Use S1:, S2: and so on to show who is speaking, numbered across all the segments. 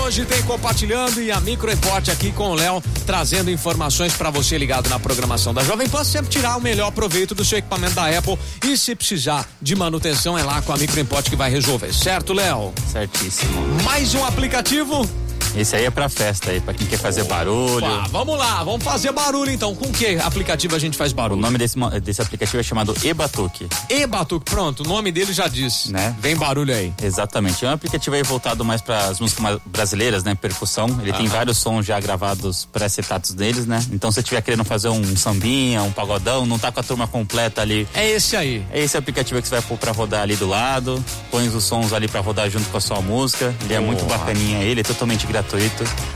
S1: Hoje tem compartilhando e a Micro Report aqui com o Léo, trazendo informações para você ligado na programação da Jovem Pan, sempre tirar o melhor proveito do seu equipamento da Apple e se precisar de manutenção é lá com a Micro Report que vai resolver. Certo, Léo?
S2: Certíssimo.
S1: Mais um aplicativo?
S2: Esse aí é pra festa aí, pra quem quer fazer barulho.
S1: Pá, vamos lá, vamos fazer barulho então. Com que aplicativo a gente faz
S2: O
S1: barulho?
S2: nome desse, mo- desse aplicativo é chamado Ebatuque.
S1: E Batuque, pronto, o nome dele já diz.
S2: Né?
S1: Vem barulho aí.
S2: Exatamente. É um aplicativo aí voltado mais para as músicas ma- brasileiras, né? Percussão. Ele tem vários sons já gravados pré-setados deles, né? Então se você estiver querendo fazer um sambinha, um pagodão, não tá com a turma completa ali.
S1: É esse aí.
S2: É esse aplicativo que você vai pôr pra rodar ali do lado, põe os sons ali pra rodar junto com a sua música. Ele é muito
S1: Boa.
S2: bacaninha, ele é totalmente gratuito.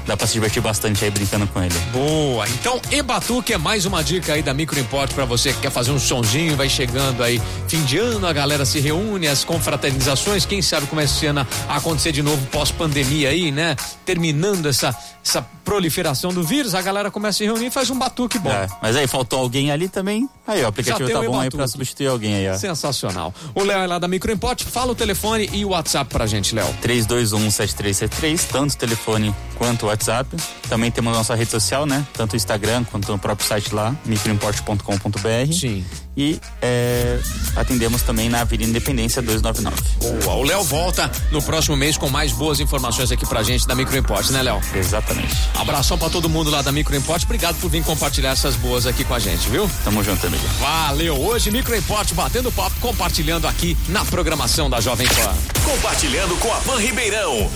S2: Dá pra se divertir bastante aí brincando com ele.
S1: Boa, então Ebatuque é mais uma dica aí da Micro Import pra você que quer fazer um sonzinho, vai chegando aí fim de ano, a galera se reúne, as confraternizações, quem sabe como esse ano a acontecer de novo pós-pandemia aí, né? Terminando essa, essa proliferação do vírus, a galera começa a se reunir e faz um batuque bom.
S2: É, mas aí faltou alguém ali também. Aí, ó, o aplicativo
S1: tem
S2: tá
S1: o
S2: bom aí
S1: Ebatuque.
S2: pra substituir alguém aí, ó.
S1: Sensacional. O Léo é lá da Micro Import, fala o telefone e o WhatsApp pra gente, Léo.
S2: 3217373, tanto telefone quanto WhatsApp. Também temos nossa rede social, né? Tanto o Instagram quanto o próprio site lá, microimport.com.br.
S1: Sim.
S2: E é, atendemos também na Avenida Independência 299.
S1: Boa, o Léo volta no próximo mês com mais boas informações aqui pra gente da Micro Import, né, Léo?
S2: Exatamente.
S1: Abração pra todo mundo lá da Micro Import. Obrigado por vir compartilhar essas boas aqui com a gente, viu?
S2: Tamo junto, amigo.
S1: Valeu! Hoje, Micro Import batendo papo, compartilhando aqui na programação da Jovem Pan.
S3: Compartilhando com a Pan Ribeirão.